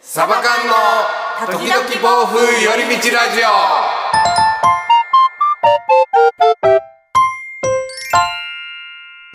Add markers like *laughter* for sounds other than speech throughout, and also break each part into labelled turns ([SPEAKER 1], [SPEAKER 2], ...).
[SPEAKER 1] サバ缶の時々暴風寄り道ラジオ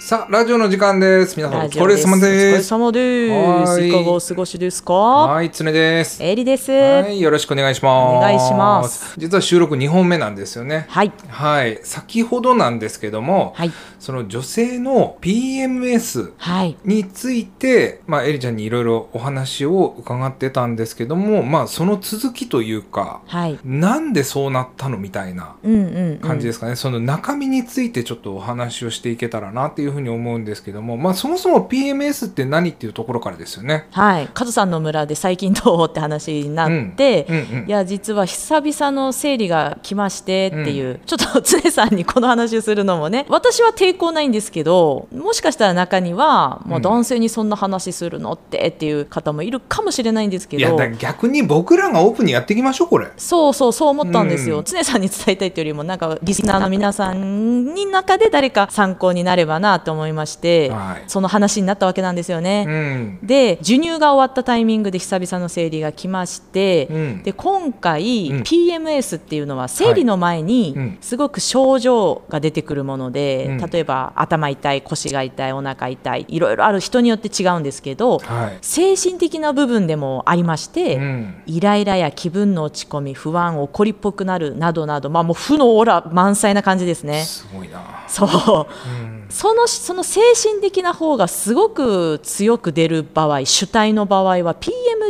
[SPEAKER 1] さあラジオの時間です皆さんお
[SPEAKER 2] ラジ
[SPEAKER 1] 疲
[SPEAKER 2] オ
[SPEAKER 1] れ
[SPEAKER 2] です
[SPEAKER 1] 様です
[SPEAKER 2] お疲れ様です。
[SPEAKER 1] はい
[SPEAKER 2] いかがお過ごしですか。
[SPEAKER 1] はいつねです
[SPEAKER 2] エリです。
[SPEAKER 1] は
[SPEAKER 2] はい
[SPEAKER 1] よろしくお願いします
[SPEAKER 2] お願いします
[SPEAKER 1] 実は収録2本目なんですよね
[SPEAKER 2] い。
[SPEAKER 1] はい先ほどなんですけども、
[SPEAKER 2] はい。
[SPEAKER 1] その女性の PMS
[SPEAKER 2] はい。
[SPEAKER 1] について、まあ、エリちゃんにいろいろお話を伺ってたんですけども、まあ、その続きというか、
[SPEAKER 2] はい。
[SPEAKER 1] なんでそうなったのみたいな
[SPEAKER 2] うんうん、うん。
[SPEAKER 1] 感じですかね、その中身についてちょっとお話をしていけたらなっていうふうに思うんですけども、まあ、そもそも PMS って何っていうところからですよね。
[SPEAKER 2] はい。カズさんの村で最近どうって話になって、
[SPEAKER 1] うんうんうん
[SPEAKER 2] いや実は久々の生理が来ましてっていう、ちょっと常さんにこの話をするのもね私は抵抗ないんですけどもしかしたら中には、もう男性にそんな話するのってっていう方もいるかもしれないんですけ
[SPEAKER 1] いや
[SPEAKER 2] ど
[SPEAKER 1] だから逆に僕らがオープンにやっていきましょうこれ。
[SPEAKER 2] そうそうそう思ったんですよ、
[SPEAKER 1] うん
[SPEAKER 2] 常さんに伝えたいというよりもなんかリスナーの皆さんに中で誰か参考になればなと思いまして、
[SPEAKER 1] はい
[SPEAKER 2] その話になったわけなんですよ
[SPEAKER 1] う
[SPEAKER 2] ね、
[SPEAKER 1] ん
[SPEAKER 2] で授乳が終わったタイミングで久々の生理が来まして、
[SPEAKER 1] うん
[SPEAKER 2] で今回、
[SPEAKER 1] うん
[SPEAKER 2] PMS っていうのは生理の前
[SPEAKER 1] はいう
[SPEAKER 2] に
[SPEAKER 1] ん
[SPEAKER 2] すごく症状が出てくるもので、
[SPEAKER 1] うん
[SPEAKER 2] 例えば頭痛い腰が痛いお腹痛いいろいろある人によって違うんですけど
[SPEAKER 1] はい
[SPEAKER 2] 精神的な部分でもありまして、
[SPEAKER 1] うん
[SPEAKER 2] イライラや気分の落ち込み不安怒りっぽくなるなどなど、まあ、もう負のオーラ満載な感じですね。
[SPEAKER 1] すごいな。
[SPEAKER 2] そう
[SPEAKER 1] うん
[SPEAKER 2] そのその精神的な方がすごく強く出る場合主体の場合は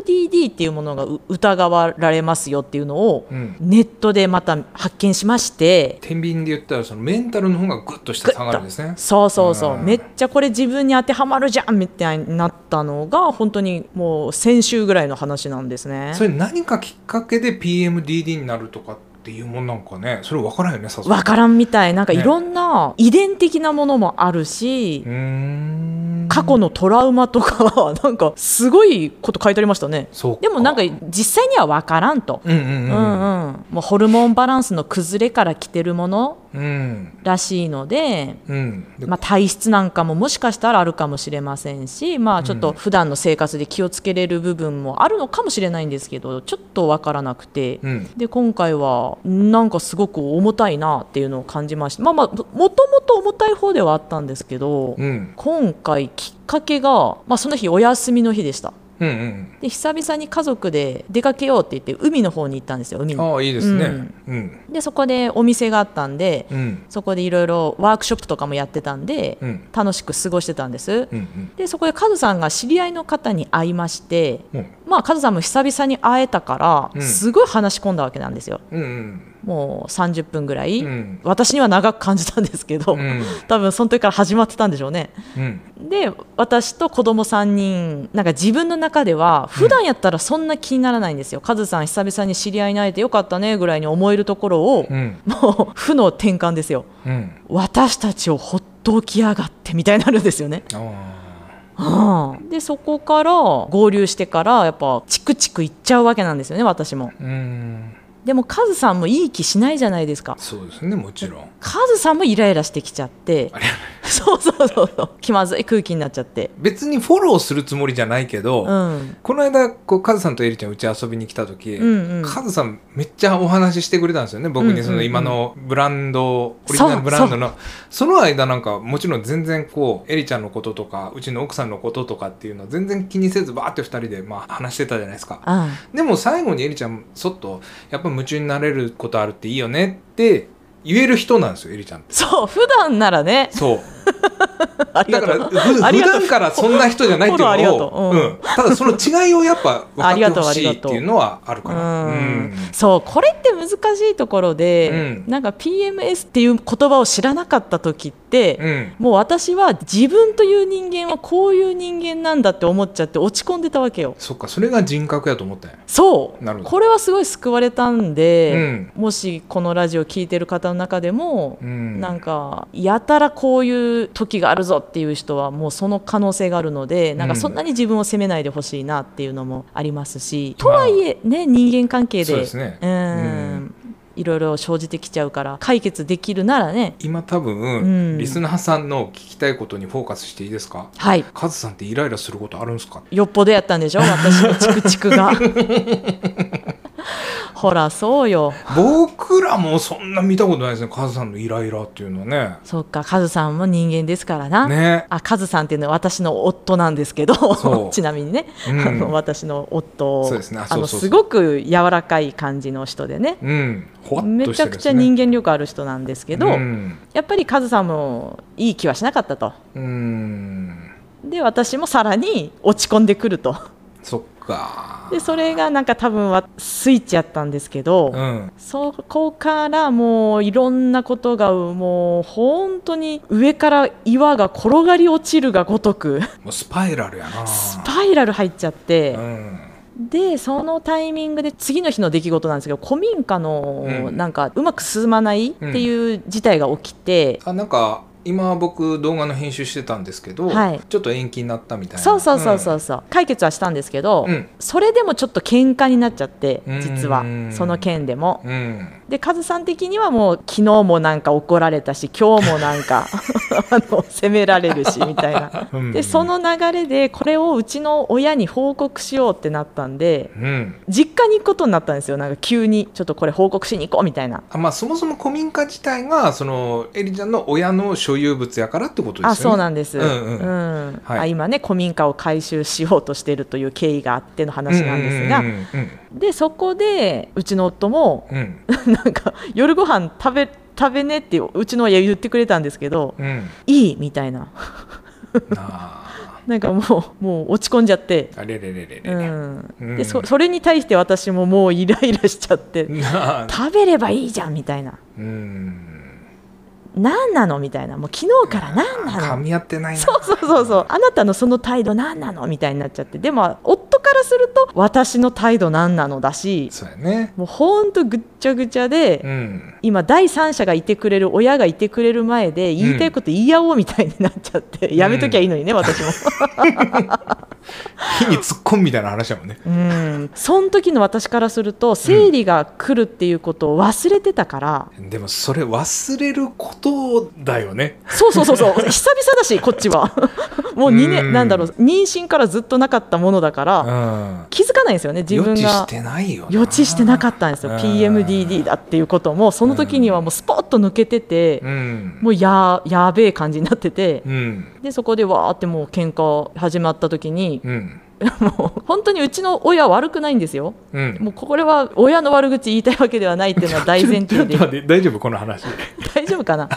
[SPEAKER 2] PMDD っていうものがう疑われますよっていうのを
[SPEAKER 1] うん
[SPEAKER 2] ネットでまた発見しまして
[SPEAKER 1] 天秤で言ったらそのメンタルの方がグッとした下がるんですね。
[SPEAKER 2] そうそうそううんめっちゃこれ自分に当てはまるじゃんみたいになったのが本当にもう先週ぐらいの話なんですね
[SPEAKER 1] そ。れ何かきっかけで PMDD になるとかっていうもんなんかねそれ分からんよねさすがに
[SPEAKER 2] わからんみたいなんか
[SPEAKER 1] ね
[SPEAKER 2] いろんな遺伝的なものもあるし、
[SPEAKER 1] うーん
[SPEAKER 2] 過去のトラウマとかはなんかすごいこと書いてありましたね
[SPEAKER 1] そうか
[SPEAKER 2] でもなんか実際には分からんと、
[SPEAKER 1] うんうん
[SPEAKER 2] う
[SPEAKER 1] うんん
[SPEAKER 2] うんもうホルモンバランスの崩れから来てるもの
[SPEAKER 1] うん
[SPEAKER 2] らしいので。
[SPEAKER 1] うんで
[SPEAKER 2] まあ、体質なんかももしかしたらあるかもしれませんし、まあ、ちょっと普段の生活で気をつけれる部分もあるのかもしれないんですけどちょっと分からなくて、
[SPEAKER 1] うん
[SPEAKER 2] で今回はなんかすごく重たいなっていうのを感じましたまあまあももともと重たい方ではあったんですけど、
[SPEAKER 1] うん
[SPEAKER 2] 今回きっかけが、まあ、その日お休みの日でした
[SPEAKER 1] うんうん
[SPEAKER 2] で久々に家族で出かけようって言って海の方に行ったんですよ海に
[SPEAKER 1] ああいいですね
[SPEAKER 2] うん
[SPEAKER 1] うん
[SPEAKER 2] でそこでお店があったんで、
[SPEAKER 1] うん
[SPEAKER 2] そこでいろいろワークショップとかもやってたんで、
[SPEAKER 1] うん
[SPEAKER 2] 楽しく過ごしてたんです、
[SPEAKER 1] うんうん
[SPEAKER 2] でそこでカズさんが知り合いの方に会いまして
[SPEAKER 1] うん
[SPEAKER 2] まあカズさんも久々に会えたから、
[SPEAKER 1] うん
[SPEAKER 2] すごい話し込んだわけなんですよ
[SPEAKER 1] うん
[SPEAKER 2] もう30分ぐらい、
[SPEAKER 1] うん
[SPEAKER 2] 私には長く感じたんですけど、
[SPEAKER 1] うん
[SPEAKER 2] 多分その時から始まってたんでしょうね
[SPEAKER 1] うん
[SPEAKER 2] で私と子供3人なんか自分の中では普段やったらそんな気にならないんですよ、カズさん久々に知り合いに会えてよかったねぐらいに思えるところを、
[SPEAKER 1] うん
[SPEAKER 2] もう負の転換ですよ
[SPEAKER 1] うん
[SPEAKER 2] 私たちをほっときやがってみたいになるんですよね、
[SPEAKER 1] ああ
[SPEAKER 2] うんでそこから合流してからやっぱチクチクいっちゃうわけなんですよね私も
[SPEAKER 1] うん
[SPEAKER 2] でもカズさんもいい気しないじゃないですか
[SPEAKER 1] そうですねもちろん
[SPEAKER 2] カズさんもイライラしてきちゃって
[SPEAKER 1] あれ
[SPEAKER 2] *laughs* そうそうそうそう気まずい空気になっちゃって
[SPEAKER 1] 別にフォローするつもりじゃないけど
[SPEAKER 2] うん
[SPEAKER 1] この間こうカズさんとエリちゃんうち遊びに来た時、
[SPEAKER 2] うんうん
[SPEAKER 1] カズさんめっちゃお話ししてくれたんですよね僕
[SPEAKER 2] うんうん
[SPEAKER 1] に
[SPEAKER 2] うん
[SPEAKER 1] その今のブランド、オリジナルブランドのその間なんかもちろん全然こうエリちゃんのこととかうちの奥さんのこととかっていうのは全然気にせずバーって2人でまあ話してたじゃないですか
[SPEAKER 2] うん
[SPEAKER 1] でも最後にエリちゃんそっとやっぱ夢中になれることあるっていいよねって言える人なんですよエリちゃん
[SPEAKER 2] *laughs*
[SPEAKER 1] って
[SPEAKER 2] そう普段ならね
[SPEAKER 1] そう
[SPEAKER 2] あり
[SPEAKER 1] だ
[SPEAKER 2] が
[SPEAKER 1] か
[SPEAKER 2] と
[SPEAKER 1] らふ
[SPEAKER 2] う
[SPEAKER 1] 普
[SPEAKER 2] *laughs* ありがとう
[SPEAKER 1] 段からそんな人じゃないって
[SPEAKER 2] フォローあ
[SPEAKER 1] い
[SPEAKER 2] り
[SPEAKER 1] う
[SPEAKER 2] が
[SPEAKER 1] のを
[SPEAKER 2] とううん
[SPEAKER 1] うんただその違いをやっぱ
[SPEAKER 2] あ
[SPEAKER 1] 分
[SPEAKER 2] り
[SPEAKER 1] かっ
[SPEAKER 2] が
[SPEAKER 1] て
[SPEAKER 2] とう
[SPEAKER 1] ほしい
[SPEAKER 2] あ
[SPEAKER 1] っ
[SPEAKER 2] りがと
[SPEAKER 1] て
[SPEAKER 2] う
[SPEAKER 1] いうのはあるか
[SPEAKER 2] う
[SPEAKER 1] ら
[SPEAKER 2] んそうこれって難しいところで、
[SPEAKER 1] うん
[SPEAKER 2] なんか PMS っていう言葉を知らなかった時って、
[SPEAKER 1] うん
[SPEAKER 2] もう私は自分という人間はこういう人間なんだって思っちゃって落ち込んでたわけよ
[SPEAKER 1] そっかそれが人格やと思ったんや
[SPEAKER 2] そう
[SPEAKER 1] なるほど
[SPEAKER 2] これはすごい救われたんで、もしこのラジオ聞いてる方の中でも
[SPEAKER 1] う、ん
[SPEAKER 2] なんかやたらこういう時があるぞっていう人はもうその可能性があるのでなんかそんなに自分を責めないでほしいなっていうのもありますし、とはいえね人間関係で
[SPEAKER 1] そうですね
[SPEAKER 2] うん
[SPEAKER 1] うん
[SPEAKER 2] いろいろ生じてきちゃうから解決できるならね
[SPEAKER 1] 今多分、
[SPEAKER 2] うん
[SPEAKER 1] リスナーさんの聞きたいことにフォーカスしていいですか
[SPEAKER 2] はい
[SPEAKER 1] カズさんってイライラすることあるんですか
[SPEAKER 2] よっぽどやったんでしょ私のチクチク *laughs* がほらそうよ
[SPEAKER 1] 僕らもそんな見たことないですねカズさんのイライラっていうのは
[SPEAKER 2] そっかカズさんも人間ですからな、
[SPEAKER 1] ねね
[SPEAKER 2] あカズさんっていうのは私の夫なんですけ
[SPEAKER 1] そ
[SPEAKER 2] ど
[SPEAKER 1] う
[SPEAKER 2] *laughs* ちなみにね、
[SPEAKER 1] うん
[SPEAKER 2] あの私の夫
[SPEAKER 1] そうですねあ
[SPEAKER 2] あの
[SPEAKER 1] そうそうそう
[SPEAKER 2] すごく柔らかい感じの人でね
[SPEAKER 1] うんほわっとしてる
[SPEAKER 2] めちゃくちゃ
[SPEAKER 1] 気
[SPEAKER 2] 人間力ある人なんですけど、
[SPEAKER 1] うん、
[SPEAKER 2] やっぱりカズさんもいい気はしなかったと
[SPEAKER 1] うん、
[SPEAKER 2] で私もさらに落ち込んでくると
[SPEAKER 1] そっか
[SPEAKER 2] でそれがなんか多分はスイッチやったんですけど、
[SPEAKER 1] うん
[SPEAKER 2] そこからもういろんなことがもう本当に上から岩が転がり落ちるがごとく
[SPEAKER 1] もうスパイラルやな
[SPEAKER 2] スパイラル入っちゃって
[SPEAKER 1] う、ん
[SPEAKER 2] でそのタイミングで次の日の出来事なんですけど古民家の
[SPEAKER 1] うん
[SPEAKER 2] なんかうまく進まないっていう事態が起きて、
[SPEAKER 1] あなんか今僕動画の編集してたんですけど、
[SPEAKER 2] はい
[SPEAKER 1] ちょっと延期になったみたいな
[SPEAKER 2] そうそうそうそうそう、解決はしたんですけど、
[SPEAKER 1] うん
[SPEAKER 2] それでもちょっと喧嘩になっちゃって実は
[SPEAKER 1] うん
[SPEAKER 2] その件でも。
[SPEAKER 1] うん、うん
[SPEAKER 2] でカズさん的にはもう昨日もなんか怒られたし今日もな
[SPEAKER 1] *laughs*
[SPEAKER 2] んかあの責められるしみたいな。
[SPEAKER 1] うん
[SPEAKER 2] でその流れでこれをうちの親に報告しようってなったんで
[SPEAKER 1] うん
[SPEAKER 2] 実家に行くことになったんですよなんか急にちょっとこれ報告しに行こうみたいな。
[SPEAKER 1] あまあそもそも古民家自体がそのエリちゃんの親の所有物やからってことですよね
[SPEAKER 2] あそうなんです、
[SPEAKER 1] うんうん
[SPEAKER 2] うん
[SPEAKER 1] はい
[SPEAKER 2] あ今ね古民家を改修しようとしてるという経緯があっての話なんですが、
[SPEAKER 1] うんうんうん
[SPEAKER 2] でそこでうちの夫も *laughs*
[SPEAKER 1] うん
[SPEAKER 2] なんか夜ご飯食べ食べねってうちの親言ってくれたんですけど
[SPEAKER 1] うんうん
[SPEAKER 2] いいみたいな
[SPEAKER 1] なあ
[SPEAKER 2] なんかもうもう落ち込んじゃって、
[SPEAKER 1] あれれれれれ
[SPEAKER 2] う
[SPEAKER 1] れ、
[SPEAKER 2] ん
[SPEAKER 1] うん
[SPEAKER 2] でそそれに対して私ももうイライラしちゃって
[SPEAKER 1] なあ
[SPEAKER 2] 食べればいいじゃんみたいな
[SPEAKER 1] うん
[SPEAKER 2] 何なのみたいなもう昨日から何な
[SPEAKER 1] 噛
[SPEAKER 2] の
[SPEAKER 1] み合ってないな
[SPEAKER 2] そうそうそうそうあなたのその態度何なのみたいになっちゃってでも夫からすると私の態度何なのだし
[SPEAKER 1] そうやね
[SPEAKER 2] もうほんとぐっちゃぐちゃで、
[SPEAKER 1] うん
[SPEAKER 2] 今第三者がいてくれる親がいてくれる前で言いたいこと言い合おうみたいになっちゃって、やめときゃいいのにね、
[SPEAKER 1] *laughs*
[SPEAKER 2] 私も
[SPEAKER 1] 火に突っ込むみたいな話だもんね
[SPEAKER 2] うんその時の私からすると生理が来るっていうことを忘れてたから、
[SPEAKER 1] でもそれ忘れることだよね
[SPEAKER 2] そうそうそうそう
[SPEAKER 1] *laughs*
[SPEAKER 2] 久々だしこっちはもう2年、
[SPEAKER 1] うん
[SPEAKER 2] なんだろう妊娠からずっとなかったものだから、
[SPEAKER 1] うん
[SPEAKER 2] 気づかないんですよね自分
[SPEAKER 1] 予知し
[SPEAKER 2] が
[SPEAKER 1] てないよな
[SPEAKER 2] 予知してなかったんですよ
[SPEAKER 1] うん
[SPEAKER 2] PMDD だっていうこともその時にはもうスポッと抜けてて、
[SPEAKER 1] うん
[SPEAKER 2] もうややべえ感じになってて。
[SPEAKER 1] うん
[SPEAKER 2] でそこでわーってもう喧嘩始まった時に
[SPEAKER 1] うん
[SPEAKER 2] もう本当にうちの親悪くないんですよ
[SPEAKER 1] うん
[SPEAKER 2] もうこれは親の悪口言いたいわけではないっていうのは大前
[SPEAKER 1] *laughs* ちょ
[SPEAKER 2] 提
[SPEAKER 1] っと
[SPEAKER 2] で
[SPEAKER 1] 待って大丈夫この
[SPEAKER 2] *laughs*
[SPEAKER 1] 話
[SPEAKER 2] 大丈夫かな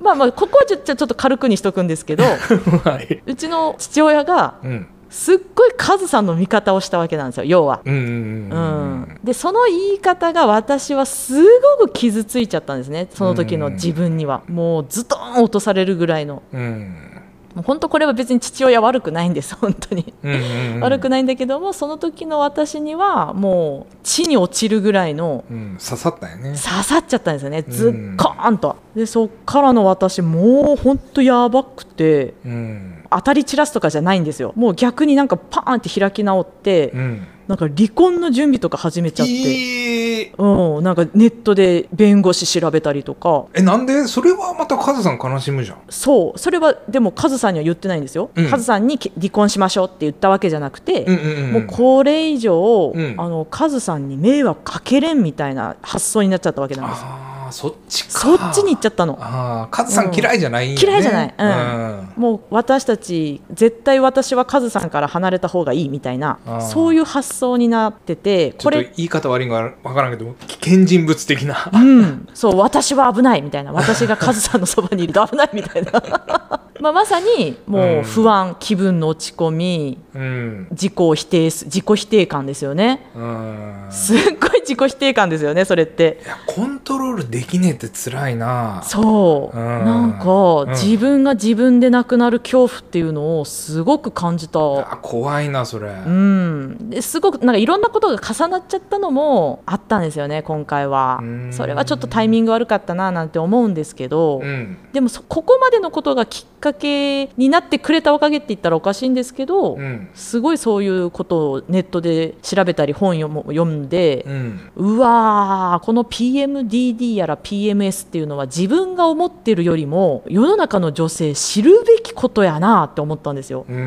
[SPEAKER 2] まあまあここはちょちょちょっと軽くにしとくんですけど
[SPEAKER 1] はいう
[SPEAKER 2] ちの父親が
[SPEAKER 1] うん
[SPEAKER 2] すっごいカズさんの味方をしたわけなんですよ要は。
[SPEAKER 1] うんうん
[SPEAKER 2] う
[SPEAKER 1] うん
[SPEAKER 2] ん、でその言い方が私はすごく傷ついちゃったんですねその時の自分にはもうズドン落とされるぐらいの
[SPEAKER 1] うん
[SPEAKER 2] もう本当これは別に父親悪くないんです本当に
[SPEAKER 1] うんうん
[SPEAKER 2] 悪くないんだけどもその時の私にはもう地に落ちるぐらいの
[SPEAKER 1] うん刺さったよね
[SPEAKER 2] 刺さっちゃったんですよねずっこーんとでそっからの私もうほんとやばくて
[SPEAKER 1] うん
[SPEAKER 2] 当たり散らすとかじゃないんですよもう逆になんかパーンって開き直って
[SPEAKER 1] うん
[SPEAKER 2] なんか離婚の準備とか始めちゃって。
[SPEAKER 1] いい
[SPEAKER 2] うん、なんかネットで弁護士調べたりとか
[SPEAKER 1] えなんでそれはまたカズさん悲しむじゃん
[SPEAKER 2] そうそれはでもカズさんには言ってないんですよ、
[SPEAKER 1] うん
[SPEAKER 2] カズさんにけ離婚しましょうって言ったわけじゃなくて、
[SPEAKER 1] うんうんうん
[SPEAKER 2] もうこれ以上、
[SPEAKER 1] うん
[SPEAKER 2] あのカズさんに迷惑かけれんみたいな発想になっちゃったわけなんですよ
[SPEAKER 1] ああそっちか
[SPEAKER 2] そっちに行っちゃったの
[SPEAKER 1] ああカズさん嫌いじゃないんやね
[SPEAKER 2] 嫌いじゃないうんもう私たち絶対私はカズさんから離れた方がいいみたいな
[SPEAKER 1] あー
[SPEAKER 2] そういう発想になってて
[SPEAKER 1] ちょ
[SPEAKER 2] こ
[SPEAKER 1] っと
[SPEAKER 2] れ
[SPEAKER 1] 言い方悪いんかわからんけど危険人物的な
[SPEAKER 2] うん、そう私は危ないみたいな私がカズさんのそばにいると危ないみたいな *laughs* まあまさにもう不安、気分の落ち込み
[SPEAKER 1] うん
[SPEAKER 2] 自己を否定す自己否定感ですよね
[SPEAKER 1] うん
[SPEAKER 2] すっごい自己否定感ですよねそれって
[SPEAKER 1] いやコントロールできねえって辛いな
[SPEAKER 2] そう、
[SPEAKER 1] うん
[SPEAKER 2] なんか、
[SPEAKER 1] うん
[SPEAKER 2] 自分が自分でなくなる恐怖っていうのをすごく感じた。
[SPEAKER 1] あ怖いなそれ、
[SPEAKER 2] うん、ですごくなんかいろんなことが重なっちゃったのもあったんですよね今回は
[SPEAKER 1] うん
[SPEAKER 2] それはちょっとタイミング悪かったななんて思うんですけど、
[SPEAKER 1] うん
[SPEAKER 2] でもそここまでのことがきっかけになってくれたおかげって言ったらおかしいんですけど、
[SPEAKER 1] うん
[SPEAKER 2] すごいそういうことをネットで調べたり本読む読んで、
[SPEAKER 1] うん
[SPEAKER 2] うわーこの PMDD やら PMS っていうのは自分が思ってるよりも世の中の女性知るべきことやなって思ったんですよ。
[SPEAKER 1] うーん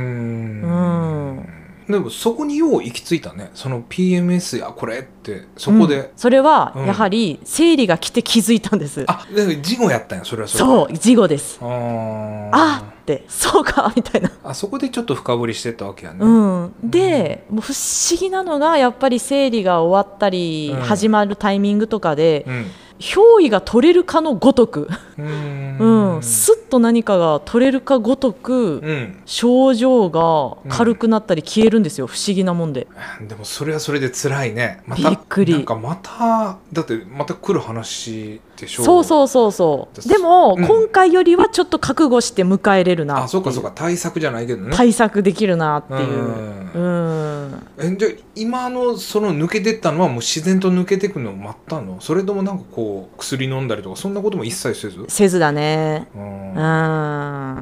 [SPEAKER 2] うん
[SPEAKER 1] でもそこによう行き着いたねその PMS やこれってそこで、
[SPEAKER 2] うんそれは
[SPEAKER 1] うん
[SPEAKER 2] やはり生理が来て気づいたんです。
[SPEAKER 1] あで事後やったんやそれはれ
[SPEAKER 2] そう事後です。
[SPEAKER 1] うあー
[SPEAKER 2] あってそうかみたいな。
[SPEAKER 1] あそこでちょっと深掘りしてったわけやね、
[SPEAKER 2] うん、で、もう不思議なのがやっぱり生理が終わったり、
[SPEAKER 1] うん
[SPEAKER 2] 始まるタイミングとかで、
[SPEAKER 1] うん
[SPEAKER 2] 憑依が取れるかのごとく、
[SPEAKER 1] うー
[SPEAKER 2] うん
[SPEAKER 1] ん
[SPEAKER 2] スッと何かが取れるかごとく、
[SPEAKER 1] うん
[SPEAKER 2] 症状が軽くなったり消えるんですよ、不思議なもんで。
[SPEAKER 1] でもそれはそれで辛いねまた
[SPEAKER 2] びっくり
[SPEAKER 1] なんかまただってまた来る話でしょ
[SPEAKER 2] そうそうそうそう
[SPEAKER 1] です
[SPEAKER 2] でも、
[SPEAKER 1] うん
[SPEAKER 2] 今回よりはちょっと覚悟して迎えれる
[SPEAKER 1] あ
[SPEAKER 2] なってい
[SPEAKER 1] そうかそうか対策じゃないけどね
[SPEAKER 2] 対策できるなっていう
[SPEAKER 1] うん
[SPEAKER 2] うん
[SPEAKER 1] えじゃあ今のその抜けてったのはもう自然と抜けてくのを待ったのそれともなんかこう薬飲んだりとかそんなことも一切せず、
[SPEAKER 2] せずだね
[SPEAKER 1] うん
[SPEAKER 2] う
[SPEAKER 1] いわ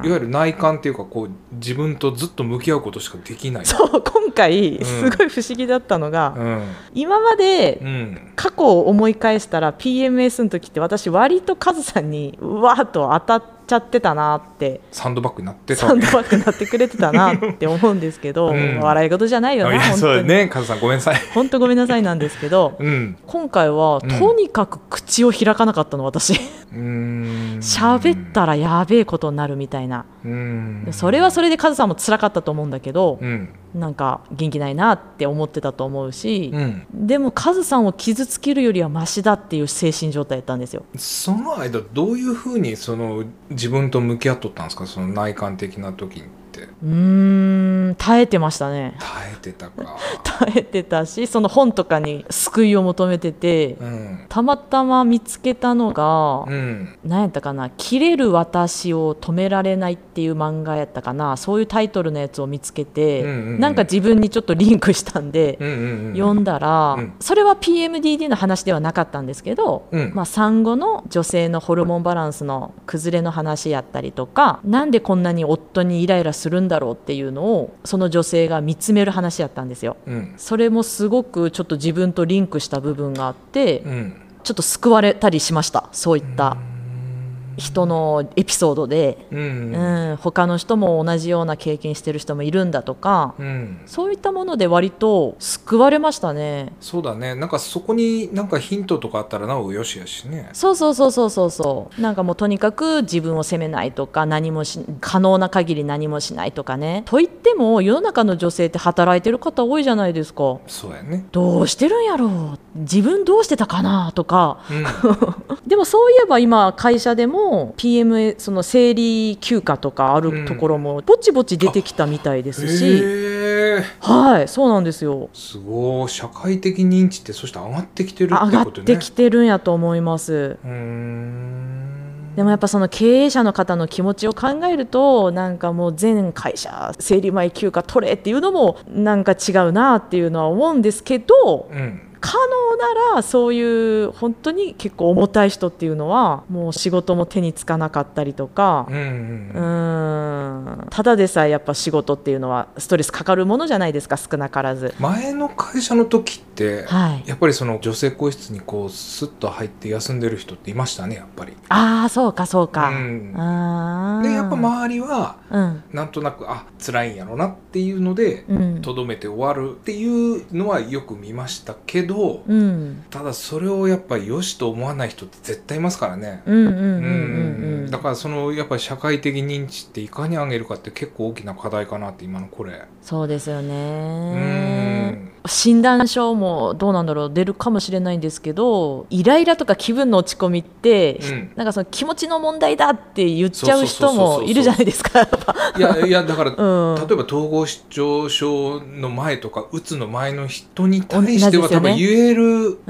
[SPEAKER 2] ん
[SPEAKER 1] ゆる内観っていうかこう自分とずっと向き合うことしかできない
[SPEAKER 2] そう今回
[SPEAKER 1] うん
[SPEAKER 2] すごい不思議だったのが、
[SPEAKER 1] うん
[SPEAKER 2] 今まで
[SPEAKER 1] うん
[SPEAKER 2] 過去を思い返したら PMS の時って私割とカズさんにうわーっと当たっちゃってたなって
[SPEAKER 1] サンドバッグになってた
[SPEAKER 2] サ
[SPEAKER 1] わ
[SPEAKER 2] ン
[SPEAKER 1] け
[SPEAKER 2] ドバッグになってくれてたなって思うんですけど、
[SPEAKER 1] うん
[SPEAKER 2] 笑い事じゃないよ
[SPEAKER 1] あい
[SPEAKER 2] な
[SPEAKER 1] や
[SPEAKER 2] 本
[SPEAKER 1] そう
[SPEAKER 2] 当
[SPEAKER 1] だ
[SPEAKER 2] に、
[SPEAKER 1] ねカズさんごめんなさい
[SPEAKER 2] 本当ごめんなさいなんですけど
[SPEAKER 1] うん
[SPEAKER 2] 今回は
[SPEAKER 1] うん
[SPEAKER 2] とにかく口を開かなかったの私
[SPEAKER 1] うーん
[SPEAKER 2] 喋、ったらやべえことになるみたいな
[SPEAKER 1] うん
[SPEAKER 2] それはそれでカズさんも辛かったと思うんだけど、
[SPEAKER 1] うん
[SPEAKER 2] なんか元気ないなって思ってたと思うし、
[SPEAKER 1] うん
[SPEAKER 2] でもカズさんを傷つけるよりはマシだっていう精神状態やったんですよ
[SPEAKER 1] その間どういうふうにその自分と向き合っとったんですかその内観的な時って
[SPEAKER 2] うーん耐えてましたね
[SPEAKER 1] 耐えてたか
[SPEAKER 2] *laughs* 耐えてたしその本とかに救いを求めてて
[SPEAKER 1] うん
[SPEAKER 2] たまたま見つけたのが、
[SPEAKER 1] うん
[SPEAKER 2] 何やったかな「切れる私を止められない」っていう漫画やったかなそういうタイトルのやつを見つけて、
[SPEAKER 1] うんうんうん
[SPEAKER 2] なんか自分にちょっとリンクしたんで、
[SPEAKER 1] うんうんうん
[SPEAKER 2] 読んだら、
[SPEAKER 1] うん
[SPEAKER 2] それは PMDD の話ではなかったんですけど、
[SPEAKER 1] うん
[SPEAKER 2] まあ、産後の女性のホルモンバランスの崩れの話やったりとかなんでこんなに夫にイライラするんだろうっていうのをその女性が見つめる話やったんですよ。
[SPEAKER 1] うん
[SPEAKER 2] それもすごくちょっと自分とリンクした部分があって、
[SPEAKER 1] うん
[SPEAKER 2] ちょっと救われたりしましたそういった人のエピソードで、
[SPEAKER 1] う
[SPEAKER 2] うん
[SPEAKER 1] うん
[SPEAKER 2] ん他の人も同じような経験してる人もいるんだとか、
[SPEAKER 1] うん
[SPEAKER 2] そういったもので割と救われましたね。
[SPEAKER 1] そうだねなんかそこになんかヒントとかあったらなおよしやしね
[SPEAKER 2] そうそうそうそうそうそうなんかもうとにかく自分を責めないとか何もし可能な限り何もしないとかねと言っても世の中の女性って働いてる方多いじゃないですか
[SPEAKER 1] そうやね
[SPEAKER 2] どうしてるんやろう自分どうしてたかなとか
[SPEAKER 1] うん
[SPEAKER 2] でもそういえば今会社でも PM その生理休暇とかあるところもぼちぼち出てきたみたいですし、
[SPEAKER 1] へえ
[SPEAKER 2] はいそうなんですよ
[SPEAKER 1] すごい社会的認知ってそして上がってきてる
[SPEAKER 2] 上
[SPEAKER 1] って
[SPEAKER 2] が
[SPEAKER 1] こ
[SPEAKER 2] っ
[SPEAKER 1] とね
[SPEAKER 2] てきてるんやと思います
[SPEAKER 1] うーん
[SPEAKER 2] でもやっぱその経営者の方の気持ちを考えるとなんかもう全会社生理前休暇取れっていうのもなんか違うなっていうのは思うんですけど
[SPEAKER 1] うん
[SPEAKER 2] 可能ならそういう本当に結構重たい人っていうのはもう仕事も手につかなかったりとか
[SPEAKER 1] うんう
[SPEAKER 2] うん
[SPEAKER 1] うん
[SPEAKER 2] ーんただでさえやっぱ仕事っていうのはストレスかかるものじゃないですか少なからず。
[SPEAKER 1] 前の会社の時って
[SPEAKER 2] はい
[SPEAKER 1] やっぱりその女性更衣室にこうスッと入って休んでる人っていましたねやっぱり
[SPEAKER 2] ああそうかそうか。
[SPEAKER 1] うん
[SPEAKER 2] あー
[SPEAKER 1] でやっぱ周りは
[SPEAKER 2] うん
[SPEAKER 1] なんとなくあ辛いんやろなっていうので
[SPEAKER 2] うん
[SPEAKER 1] とどめて終わるっていうのはよく見ましたけど
[SPEAKER 2] うん
[SPEAKER 1] ただそれをやっぱり良しと思わない人って絶対いますからね。
[SPEAKER 2] うんうんう
[SPEAKER 1] う
[SPEAKER 2] ん
[SPEAKER 1] ん
[SPEAKER 2] うんうん
[SPEAKER 1] だからそのやっぱり社会的認知っていかに上げるかって結構大きな課題かなって今のこれ。
[SPEAKER 2] そうですよ
[SPEAKER 1] う
[SPEAKER 2] ね
[SPEAKER 1] ん
[SPEAKER 2] 診断書もどうなんだろう出るかもしれないんですけどイライラとか気分の落ち込みって、
[SPEAKER 1] うん
[SPEAKER 2] なんかその気持ちの問題だって言っちゃう人もいるじゃないですかやっぱ
[SPEAKER 1] いやいやだから、
[SPEAKER 2] うん
[SPEAKER 1] 例えば統合失調症の前とかうつの前の人に対しては
[SPEAKER 2] 同じです
[SPEAKER 1] 多
[SPEAKER 2] よね
[SPEAKER 1] 分言え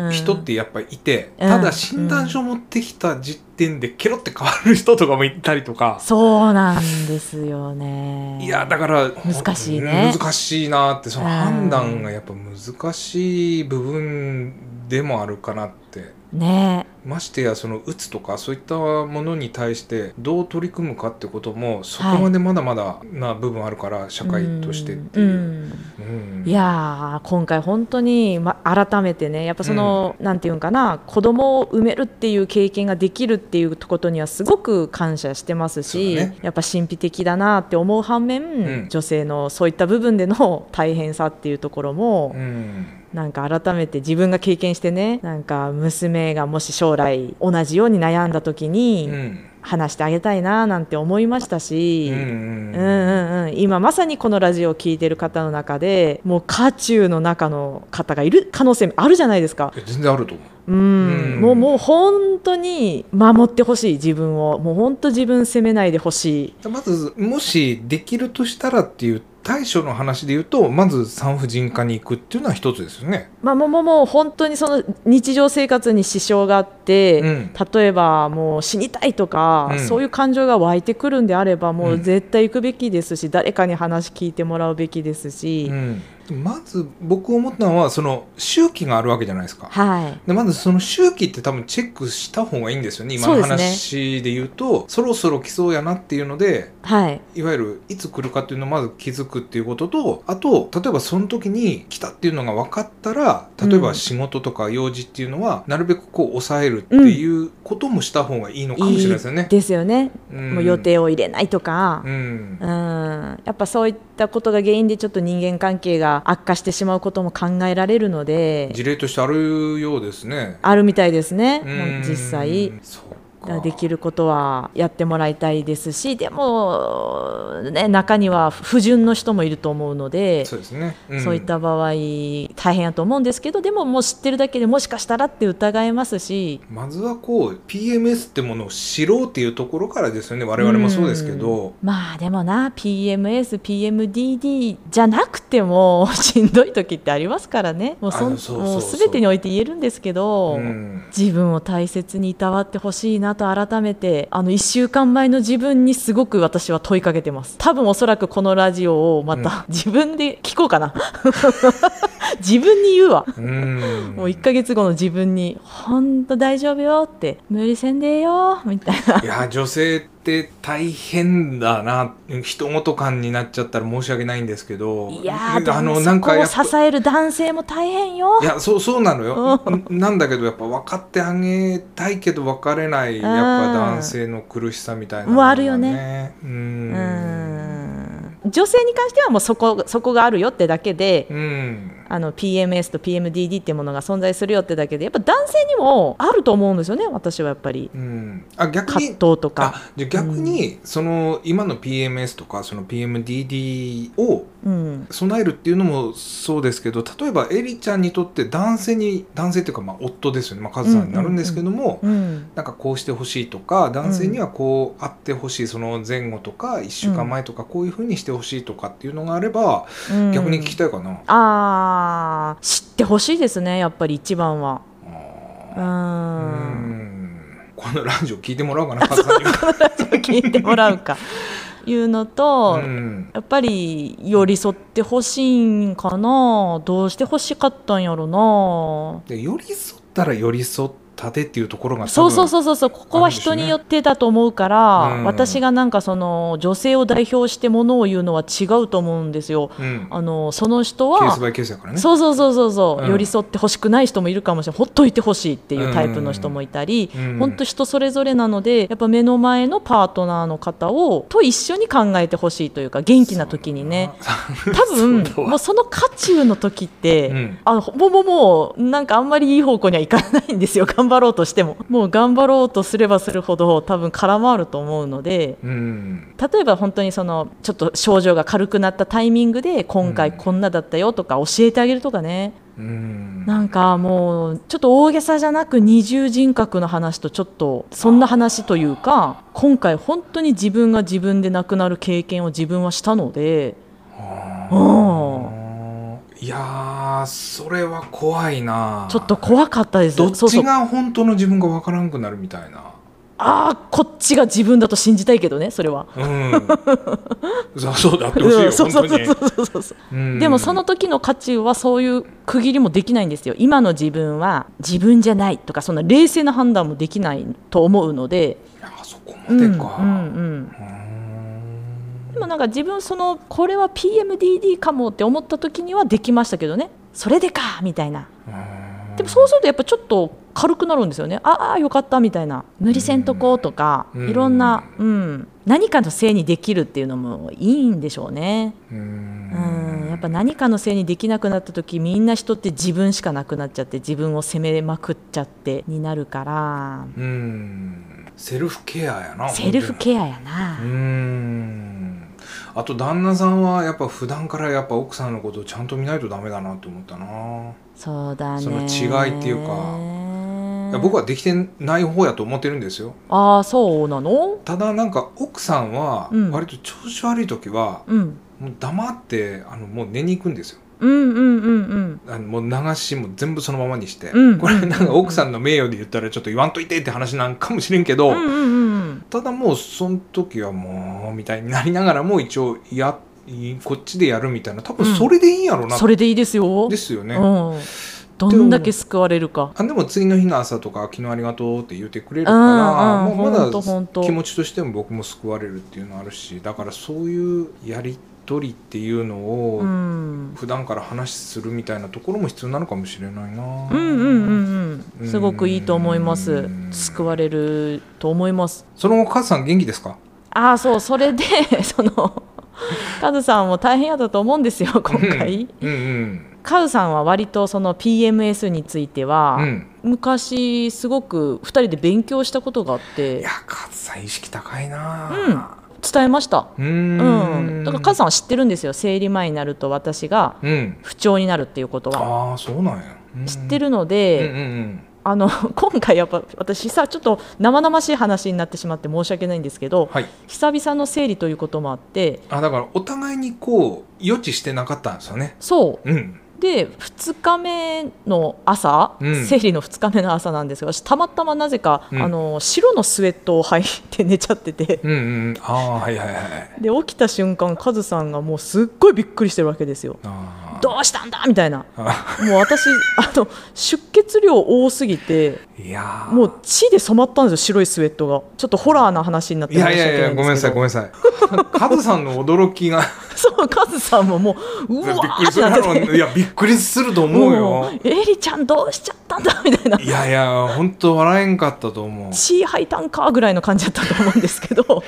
[SPEAKER 1] る人ってやっぱりいて、
[SPEAKER 2] うん
[SPEAKER 1] ただ診断書持ってきた時点でケロって変わる人とかもいたりとか、
[SPEAKER 2] そうなんですよね
[SPEAKER 1] いやだから
[SPEAKER 2] 難しいね
[SPEAKER 1] 難しいなってその判断がやっぱ難しい部分でもあるかなって。
[SPEAKER 2] ねえ
[SPEAKER 1] ましてやそのうつとかそういったものに対してどう取り組むかってこともそこまでまだまだな部分あるから社会としてっていう。うん
[SPEAKER 2] いやー今回本当に、ま、改めてねやっぱその、なんていうんかな子供を産めるっていう経験ができるっていうことにはすごく感謝してますし、
[SPEAKER 1] そうだね
[SPEAKER 2] やっぱ神秘的だなって思う反面、
[SPEAKER 1] ん
[SPEAKER 2] 女性のそういった部分での大変さっていうところも、
[SPEAKER 1] うん
[SPEAKER 2] なんか改めて自分が経験してねなんか娘がもし将来同じように悩んだ時
[SPEAKER 1] う
[SPEAKER 2] に
[SPEAKER 1] ん
[SPEAKER 2] 話してあげたいななんて思いましたし。
[SPEAKER 1] うん
[SPEAKER 2] うんうんうん、今まさにこのラジオを聞いてる方の中でもう渦中の中の方がいる可能性もあるじゃないですか、
[SPEAKER 1] え全然あると思
[SPEAKER 2] うん
[SPEAKER 1] うん
[SPEAKER 2] もうもう本当に守ってほしい自分をもう本当自分責めないでほしいう
[SPEAKER 1] まずもしできるとしたらっていう対処の話で言うとまず産婦人科に行くっていうのは一つですよね。
[SPEAKER 2] まあ、もうもうもう本当にその日常生活に支障があって、
[SPEAKER 1] うん
[SPEAKER 2] 例えばもう死にたいとか、
[SPEAKER 1] うん
[SPEAKER 2] そういう感情が湧いてくるんであればもううん絶対行くべきですし、誰かに話聞いてもらうべきですし、
[SPEAKER 1] うん、まず僕思ったのはその周期があるわけじゃないですか。
[SPEAKER 2] はい、
[SPEAKER 1] でまずその周期って多分チェックした方がいいんですよね今
[SPEAKER 2] そう
[SPEAKER 1] の
[SPEAKER 2] ですね
[SPEAKER 1] 話で言うとそろそろ来そうやなっていうので
[SPEAKER 2] はい、
[SPEAKER 1] いわゆるいつ来るかっていうのをまず気づくっていうこととあと例えばその時に来たっていうのが分かったら例え
[SPEAKER 2] う
[SPEAKER 1] ば
[SPEAKER 2] ん
[SPEAKER 1] 仕事とか用事っていうのはなるべくこう抑えるっていうこともした方がいいのかもしれないですよね。
[SPEAKER 2] ですよね、
[SPEAKER 1] うん
[SPEAKER 2] もう予定を入れないとか
[SPEAKER 1] う、ん
[SPEAKER 2] うん、やっぱそういったことが原因でちょっと人間関係が悪化してしまうことも考えられるので
[SPEAKER 1] 事例としてあるようですね。
[SPEAKER 2] あるみたいですね、
[SPEAKER 1] うん
[SPEAKER 2] 実際。
[SPEAKER 1] そう
[SPEAKER 2] だか
[SPEAKER 1] から
[SPEAKER 2] できることはやってもらいたいですしでも、ね、中には不純の人もいると思うので
[SPEAKER 1] そうですね、ん
[SPEAKER 2] そういった場合大変やと思うんですけどでももう知ってるだけでもしかしたらって疑えますし
[SPEAKER 1] まずはこう PMS ってものを知ろうっていうところからですよね我々もそうですけど、
[SPEAKER 2] うんまあでもな PMS、PMDD じゃなくても *laughs* しんどい時ってありますからねもうそん
[SPEAKER 1] あそうそう
[SPEAKER 2] もう
[SPEAKER 1] そう
[SPEAKER 2] 全てにおいて言えるんですけど。
[SPEAKER 1] うん
[SPEAKER 2] 自分を大切にいたわってほしいなと改めてあの1週間前の自分にすごく私は問いかけてます多分おそらくこのラジオをまた、自分で聞こうかな *laughs* 自分に言うわ
[SPEAKER 1] うん
[SPEAKER 2] もう1ヶ月後の自分に「ほんと大丈夫よ」って「無理せんでええよ」みたいない
[SPEAKER 1] や女性って大変だな人ごと感になっちゃったら申し訳ないんですけど
[SPEAKER 2] いやーで
[SPEAKER 1] あ
[SPEAKER 2] も
[SPEAKER 1] の
[SPEAKER 2] ね
[SPEAKER 1] なん
[SPEAKER 2] そ
[SPEAKER 1] か
[SPEAKER 2] こ
[SPEAKER 1] や
[SPEAKER 2] を
[SPEAKER 1] っぱ
[SPEAKER 2] 支える男性も大変よ
[SPEAKER 1] いやそうそうなのよ
[SPEAKER 2] う
[SPEAKER 1] なんだけどやっぱ分かってあげたいけど分かれないやっぱ男性の苦しさみたいなの
[SPEAKER 2] も
[SPEAKER 1] が
[SPEAKER 2] あるよね
[SPEAKER 1] う
[SPEAKER 2] うんん女性に関してはもうそこそこがあるよってだけで
[SPEAKER 1] うん
[SPEAKER 2] あの PMS と PMDD ってものが存在するよってだけでやっぱ男性にもあると思うんですよね私はやっぱり
[SPEAKER 1] うんあ逆
[SPEAKER 2] 葛
[SPEAKER 1] に
[SPEAKER 2] 藤とか、
[SPEAKER 1] あじゃあ逆にその今の PMS とかその PMDD を
[SPEAKER 2] うん、
[SPEAKER 1] 備えるっていうのもそうですけど例えばエリちゃんにとって男性に男性っていうかまあ夫ですよね、まあ、カズさんになるんですけども、
[SPEAKER 2] うん、
[SPEAKER 1] なんかこうしてほしいとか男性にはこうあってほしいその前後とか1週間前とかこういうふうにしてほしいとかっていうのがあれば
[SPEAKER 2] うん
[SPEAKER 1] 逆に聞きたいかな。
[SPEAKER 2] あー知ってほしいですねやっぱり一番はう
[SPEAKER 1] あーうんんこのラジオ聞いてもらおうかなカズさんには。
[SPEAKER 2] *laughs* 聞いてもらうかいうのと、
[SPEAKER 1] うん
[SPEAKER 2] やっぱり寄り添ってほしいんかなどうしてほしかったんやろな
[SPEAKER 1] で寄り添ったら寄り添ったでっていうところが多分
[SPEAKER 2] そうそうそうそうそうここは人によってだと思うから、
[SPEAKER 1] うん
[SPEAKER 2] 私がなんかその女性を代表してものを言うのは違うと思うんですよ。
[SPEAKER 1] うん
[SPEAKER 2] あのその人
[SPEAKER 1] ケー
[SPEAKER 2] は
[SPEAKER 1] スバイケースだからね。
[SPEAKER 2] そうそうそうそうそう、
[SPEAKER 1] うん
[SPEAKER 2] 寄り添ってほしくない人もいるかもしれないほっといてほしいっていうタイプの人もいたり、
[SPEAKER 1] うん
[SPEAKER 2] 本当人それぞれなのでやっぱ目の前のパートナーの方をと一緒に考えてほしいというか元気な時にね。
[SPEAKER 1] そうだな。
[SPEAKER 2] 多分
[SPEAKER 1] そうだわ
[SPEAKER 2] もうその渦中の時って、
[SPEAKER 1] うん
[SPEAKER 2] あもうもうもうなんかあんまりいい方向にはいかないんですよ頑張ろうとしてももう頑張ろうとすればするほど多分空回ると思うので
[SPEAKER 1] うん。
[SPEAKER 2] 例えば本当にそのちょっと症状が軽くなったタイミングで今回こんなだったよとか教えてあげるとかね、
[SPEAKER 1] うん。
[SPEAKER 2] なんかもうちょっと大げさじゃなく二重人格の話とちょっとそんな話というか今回本当に自分が自分で亡くなる経験を自分はしたので。
[SPEAKER 1] あーいやー、それは怖いな。
[SPEAKER 2] ちょっと怖かったです
[SPEAKER 1] どっ
[SPEAKER 2] そうそ
[SPEAKER 1] ち
[SPEAKER 2] う
[SPEAKER 1] が本当の自分がわからんくなるみたいな。
[SPEAKER 2] ああこっちが自分だと信じたいけどねそれ
[SPEAKER 1] *laughs*
[SPEAKER 2] は。 *laughs*
[SPEAKER 1] うん、そうそうだってほしいよ
[SPEAKER 2] そうそう
[SPEAKER 1] 本当
[SPEAKER 2] そう
[SPEAKER 1] に
[SPEAKER 2] そうそうそ
[SPEAKER 1] う
[SPEAKER 2] う
[SPEAKER 1] ん
[SPEAKER 2] でもその時の価値はそういう区切りもできないんですよ今の自分は自分じゃないとかその冷静な判断もできないと思うので
[SPEAKER 1] いやそこま
[SPEAKER 2] うん
[SPEAKER 1] で
[SPEAKER 2] う
[SPEAKER 1] か
[SPEAKER 2] んうん
[SPEAKER 1] うーん
[SPEAKER 2] でもなんか自分そのこれは PMDD かもって思った時にはできましたけどねそれでかみたいなでもそうするとやっぱちょっと軽くなるんですよねああよかったみたいな無理せんとこうとか
[SPEAKER 1] うん
[SPEAKER 2] いろんな、うん、何かのせいにできるっていうのもいいんでしょうね
[SPEAKER 1] うーん
[SPEAKER 2] うんやっぱ何かのせいにできなくなった時みんな人って自分しかなくなっちゃって自分を責めまくっちゃってになるから
[SPEAKER 1] うんセルフケアやな
[SPEAKER 2] セルフ
[SPEAKER 1] ア
[SPEAKER 2] ケアやな
[SPEAKER 1] うーんあと旦那さんはやっぱ普段からやっぱ奥さんのことをちゃんと見ないとダメだなって思ったな
[SPEAKER 2] そうだね
[SPEAKER 1] その違いっていうかいや僕
[SPEAKER 2] は
[SPEAKER 1] はできてない方やと思ってるんですよ
[SPEAKER 2] ああそうなの
[SPEAKER 1] ただなんか奥さんは
[SPEAKER 2] うん
[SPEAKER 1] 割と調子悪い時は
[SPEAKER 2] うん
[SPEAKER 1] もう黙ってあのもう寝に行くんですよ
[SPEAKER 2] うんうんうんうん
[SPEAKER 1] あのもう流しも全部そのままにして、
[SPEAKER 2] うん
[SPEAKER 1] これなんか奥さんの名誉で言ったらちょっと言わんといてって話なんかもしれんけど、
[SPEAKER 2] うんうんうん
[SPEAKER 1] ただもうその時はもうみたいになりながらもう一応やこっちでやるみたいな多分それでいいんやろうな、
[SPEAKER 2] それでいいですよ
[SPEAKER 1] ですよね、
[SPEAKER 2] うんどんだけ救われるか
[SPEAKER 1] あでも次の日の朝とか昨日ありがとうって言ってくれるから、
[SPEAKER 2] うんうん
[SPEAKER 1] もうま
[SPEAKER 2] ほんとほんと
[SPEAKER 1] だ気持ちとしても僕も救われるっていうのあるしだからそういうやり取りっていうのを、
[SPEAKER 2] うん
[SPEAKER 1] 普段から話するみたいなところも必要なのかもしれないな。
[SPEAKER 2] うんうんうんう
[SPEAKER 1] うんん
[SPEAKER 2] すごくいいと思います救われると思います
[SPEAKER 1] その後カズさん元気ですか？
[SPEAKER 2] ああそうそれで *laughs* そのカズさんも大変やったと思うんですよ今回
[SPEAKER 1] うんうん
[SPEAKER 2] カズさんは割とその PMS については、
[SPEAKER 1] うん。
[SPEAKER 2] 昔すごく2人で勉強したことがあっ
[SPEAKER 1] い
[SPEAKER 2] て
[SPEAKER 1] やカズさん意識高い
[SPEAKER 2] うん
[SPEAKER 1] な。
[SPEAKER 2] 伝えました、
[SPEAKER 1] うん。
[SPEAKER 2] うん、だからカ
[SPEAKER 1] さ
[SPEAKER 2] ズさんは知ってるんですよ生理前になると私が
[SPEAKER 1] ん。うん。
[SPEAKER 2] 不調になるっていうことは
[SPEAKER 1] ああそうなんや。
[SPEAKER 2] 知って
[SPEAKER 1] る。
[SPEAKER 2] るの
[SPEAKER 1] うん
[SPEAKER 2] で、
[SPEAKER 1] うんうん。
[SPEAKER 2] あの *laughs* 今回やっぱ私さちょっと生々しい話になってしまって申し訳ないんですけど
[SPEAKER 1] はい。
[SPEAKER 2] 久々の生理ということもあって
[SPEAKER 1] あだからお互いにこう予知してなかったんですよね。
[SPEAKER 2] そう
[SPEAKER 1] うん。
[SPEAKER 2] で2日目の朝、
[SPEAKER 1] うん
[SPEAKER 2] 生理の2日目の朝なんですが私たまたまなぜか、
[SPEAKER 1] うん
[SPEAKER 2] あの白のスウェットを履いて寝ちゃって
[SPEAKER 1] *laughs*
[SPEAKER 2] て
[SPEAKER 1] うんうん。ああはいはいはい。
[SPEAKER 2] で起きた瞬間カズさんがもうすっごいびっくりしてるわけですよ。
[SPEAKER 1] あ
[SPEAKER 2] どうしたんだみたいな
[SPEAKER 1] あ。
[SPEAKER 2] もう私あの出血量多すぎて
[SPEAKER 1] *laughs* いやー。
[SPEAKER 2] もう血で染まったんですよ白いスウェットがちょっとホラーな話になって
[SPEAKER 1] いやいやいや
[SPEAKER 2] 申し訳
[SPEAKER 1] ごめんなさいごめん
[SPEAKER 2] ん
[SPEAKER 1] なさい。カズさんの驚きが。
[SPEAKER 2] *laughs* そうカズさんももうう
[SPEAKER 1] びっく
[SPEAKER 2] わー
[SPEAKER 1] り
[SPEAKER 2] っ
[SPEAKER 1] す
[SPEAKER 2] て
[SPEAKER 1] るや
[SPEAKER 2] なってて
[SPEAKER 1] ろいやびっくりすると思う
[SPEAKER 2] も
[SPEAKER 1] よ
[SPEAKER 2] うエリちゃんどうしちゃったんだ *laughs* みたいない
[SPEAKER 1] やいや本当笑えんかったと思うい
[SPEAKER 2] 血吐いたんかぐらいの感じだったと思うんですけど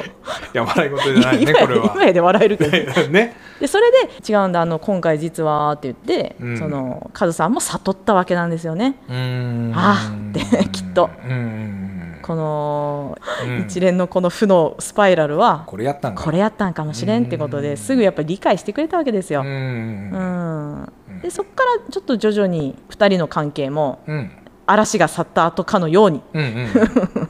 [SPEAKER 1] や笑 *laughs* い事じゃないね
[SPEAKER 2] 今や
[SPEAKER 1] これ
[SPEAKER 2] 今やで笑えるけ
[SPEAKER 1] *laughs*
[SPEAKER 2] ど
[SPEAKER 1] はね
[SPEAKER 2] でそれで違うんだあの今回実はって言って、
[SPEAKER 1] うん
[SPEAKER 2] そのカズさんも悟ったわけなんですよね
[SPEAKER 1] うーん
[SPEAKER 2] あーってきっと
[SPEAKER 1] うん
[SPEAKER 2] この
[SPEAKER 1] うん
[SPEAKER 2] 一連のこの負のスパイラルは
[SPEAKER 1] これやったんか
[SPEAKER 2] これやったんかもしれんってこと
[SPEAKER 1] う
[SPEAKER 2] で
[SPEAKER 1] ん
[SPEAKER 2] すぐやっぱり理解してくれたわけです
[SPEAKER 1] う
[SPEAKER 2] よ。うんんでそこからちょっと徐々に2人の関係も
[SPEAKER 1] うん
[SPEAKER 2] 嵐が去った後かのように
[SPEAKER 1] うんうん
[SPEAKER 2] *laughs*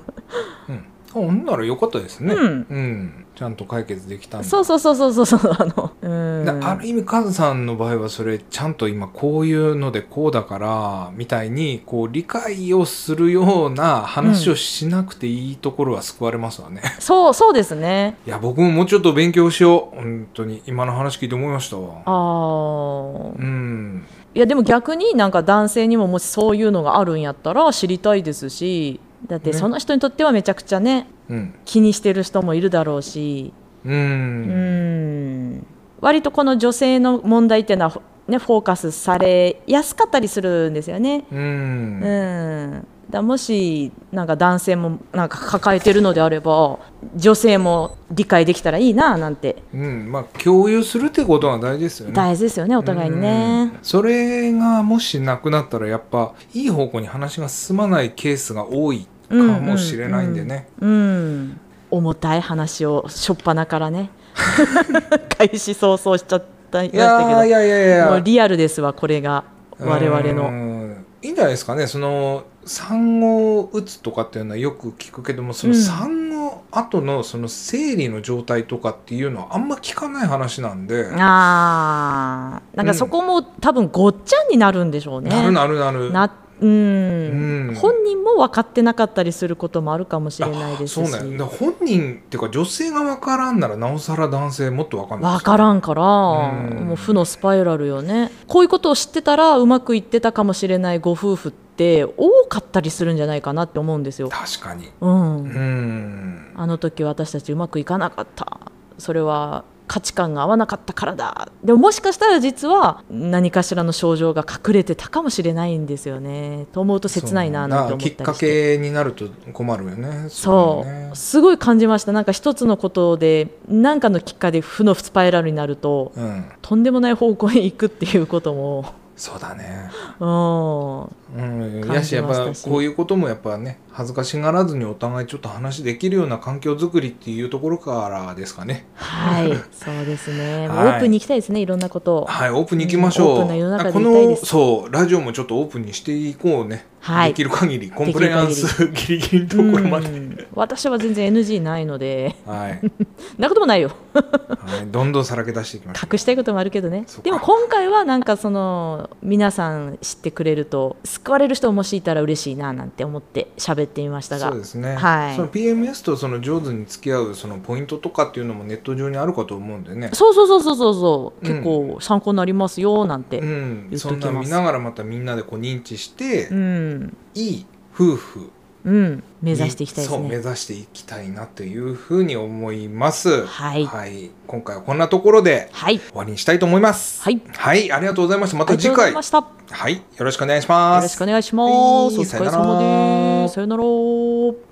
[SPEAKER 1] うんあほんならよかったですね
[SPEAKER 2] うん
[SPEAKER 1] うんちゃんと解決できたんだ
[SPEAKER 2] そうそうそうそうそうそうあのうん
[SPEAKER 1] だある意味カズさんの場合はそれちゃんと今こういうのでこうだからみたいにこう理解をするような話をしなくていいところは救われますわね、 *laughs*
[SPEAKER 2] そうそうですね
[SPEAKER 1] いや僕ももうちょっと勉強しよう本当に今の話聞いて思いましたわ
[SPEAKER 2] あー
[SPEAKER 1] うん
[SPEAKER 2] いやでも逆になんか男性にももしそういうのがあるんやったら知りたいですしだって
[SPEAKER 1] ね
[SPEAKER 2] その人にとってはめちゃくちゃね
[SPEAKER 1] うん
[SPEAKER 2] 気にしてる人もいるだろうし
[SPEAKER 1] う
[SPEAKER 2] うんん割とこの女性の問題っていうのは、ね、フォーカスされやすかったりするんですよね。
[SPEAKER 1] うん、
[SPEAKER 2] うんだもしなんか男性もなんか抱えてるのであれば女性も理解できたらいいななんて
[SPEAKER 1] うんまあ共有するってことが大事ですよね
[SPEAKER 2] 大事ですよねお
[SPEAKER 1] お
[SPEAKER 2] 互いにね。
[SPEAKER 1] それがもしなくなったらやっぱいい方向に話が進まないケースが多いかもしれないんでね、
[SPEAKER 2] うん、重たい話をしょっぱなか
[SPEAKER 1] *laughs*
[SPEAKER 2] らね開始早々しちゃったい
[SPEAKER 1] い
[SPEAKER 2] ましたけ
[SPEAKER 1] や
[SPEAKER 2] ど
[SPEAKER 1] ーいやいやいや
[SPEAKER 2] もうリアルですわこれが我々
[SPEAKER 1] う
[SPEAKER 2] の
[SPEAKER 1] んいいんじゃないですかねその産後を打つとかっていうのはよく聞くけどもその
[SPEAKER 2] うん
[SPEAKER 1] 産後後のその生理の状態とかっていうのはあんま聞かない話なんで、
[SPEAKER 2] あーなんかそこも多分ごっちゃになるんでしょうね、
[SPEAKER 1] なるなるなる
[SPEAKER 2] なっうん、
[SPEAKER 1] うん
[SPEAKER 2] 本人も分かってなかったりすることもあるかもしれないですし
[SPEAKER 1] そうなんやだから本人っていうか女性が分からんならなおさら男性もっと分かんない
[SPEAKER 2] 分からんから、
[SPEAKER 1] うん
[SPEAKER 2] もう負のスパイラルよねこういうことを知ってたらうまくいってたかもしれないご夫婦って多かったりするんじゃないかなって思うんですよ。
[SPEAKER 1] 確かに
[SPEAKER 2] うん
[SPEAKER 1] うん
[SPEAKER 2] あの時私たちうまくいかなかったそれは価値観が合わなかったからだでももしかしたら実は何かしらの症状が隠れてたかもしれないんですよねと思うと切ないななんて
[SPEAKER 1] そう
[SPEAKER 2] 思
[SPEAKER 1] だ
[SPEAKER 2] っ
[SPEAKER 1] きった
[SPEAKER 2] り
[SPEAKER 1] か
[SPEAKER 2] して。
[SPEAKER 1] けになると困るよね
[SPEAKER 2] そ
[SPEAKER 1] れはね
[SPEAKER 2] うすごい感じましたなんか一つのことで何かのきっかけで負のスパイラルになると
[SPEAKER 1] うん
[SPEAKER 2] とんでもない方向へ行くっていうこと
[SPEAKER 1] *laughs* そうだね
[SPEAKER 2] も、うん、
[SPEAKER 1] うん
[SPEAKER 2] 感じましたし
[SPEAKER 1] やしやっぱこういうこともやっぱね恥ずかしがらずにお互いちょっと話できるような環境づくりっていうところからですかね
[SPEAKER 2] はい *laughs* そうですね、
[SPEAKER 1] はい
[SPEAKER 2] オープンに行きたいですねいろんなことを
[SPEAKER 1] はいオープンに行きましょう、
[SPEAKER 2] うんオープンな世の中で
[SPEAKER 1] こ
[SPEAKER 2] いたいで
[SPEAKER 1] の
[SPEAKER 2] す
[SPEAKER 1] そうラジオもちょっとオープンにしていこうね、
[SPEAKER 2] はい
[SPEAKER 1] できる限りコンプライアンスギリギリのところまで、
[SPEAKER 2] うん私は全然 NG ない
[SPEAKER 1] *laughs*
[SPEAKER 2] ので
[SPEAKER 1] はい、
[SPEAKER 2] なこともないよ
[SPEAKER 1] はい、どんどんさらけ出していきましょ
[SPEAKER 2] 隠したいこともあるけどね
[SPEAKER 1] そうか
[SPEAKER 2] でも今回はなんかその皆さん知ってくれると救われる人もしいたら嬉しいななんて思って喋ってみまし
[SPEAKER 1] う
[SPEAKER 2] た
[SPEAKER 1] そう
[SPEAKER 2] が
[SPEAKER 1] ですね、
[SPEAKER 2] はい
[SPEAKER 1] その PMS とその上手に付き合うそのポイントとかっていうのもネット上にあるかと思うんでね
[SPEAKER 2] そうそうそうそうそうそう
[SPEAKER 1] うん
[SPEAKER 2] 結構参考になりますよなんて
[SPEAKER 1] うん
[SPEAKER 2] 言っとき
[SPEAKER 1] そ
[SPEAKER 2] ま
[SPEAKER 1] ん
[SPEAKER 2] す
[SPEAKER 1] なん見ながらまたみんなでこう認知して、
[SPEAKER 2] うん
[SPEAKER 1] いい夫婦
[SPEAKER 2] うん目指していきたいです
[SPEAKER 1] そう目
[SPEAKER 2] ね
[SPEAKER 1] 指していきたいなというふうに思います
[SPEAKER 2] はい
[SPEAKER 1] 今回はこんなところで
[SPEAKER 2] はい
[SPEAKER 1] 終わりにしたいと思います
[SPEAKER 2] はい
[SPEAKER 1] はいありがとうございましたまた次
[SPEAKER 2] ありが
[SPEAKER 1] 回
[SPEAKER 2] とうございましたよ
[SPEAKER 1] はいよろしくお願いします
[SPEAKER 2] ろしくお願いしま
[SPEAKER 1] は
[SPEAKER 2] す、
[SPEAKER 1] い
[SPEAKER 2] お疲れ様ですさよなら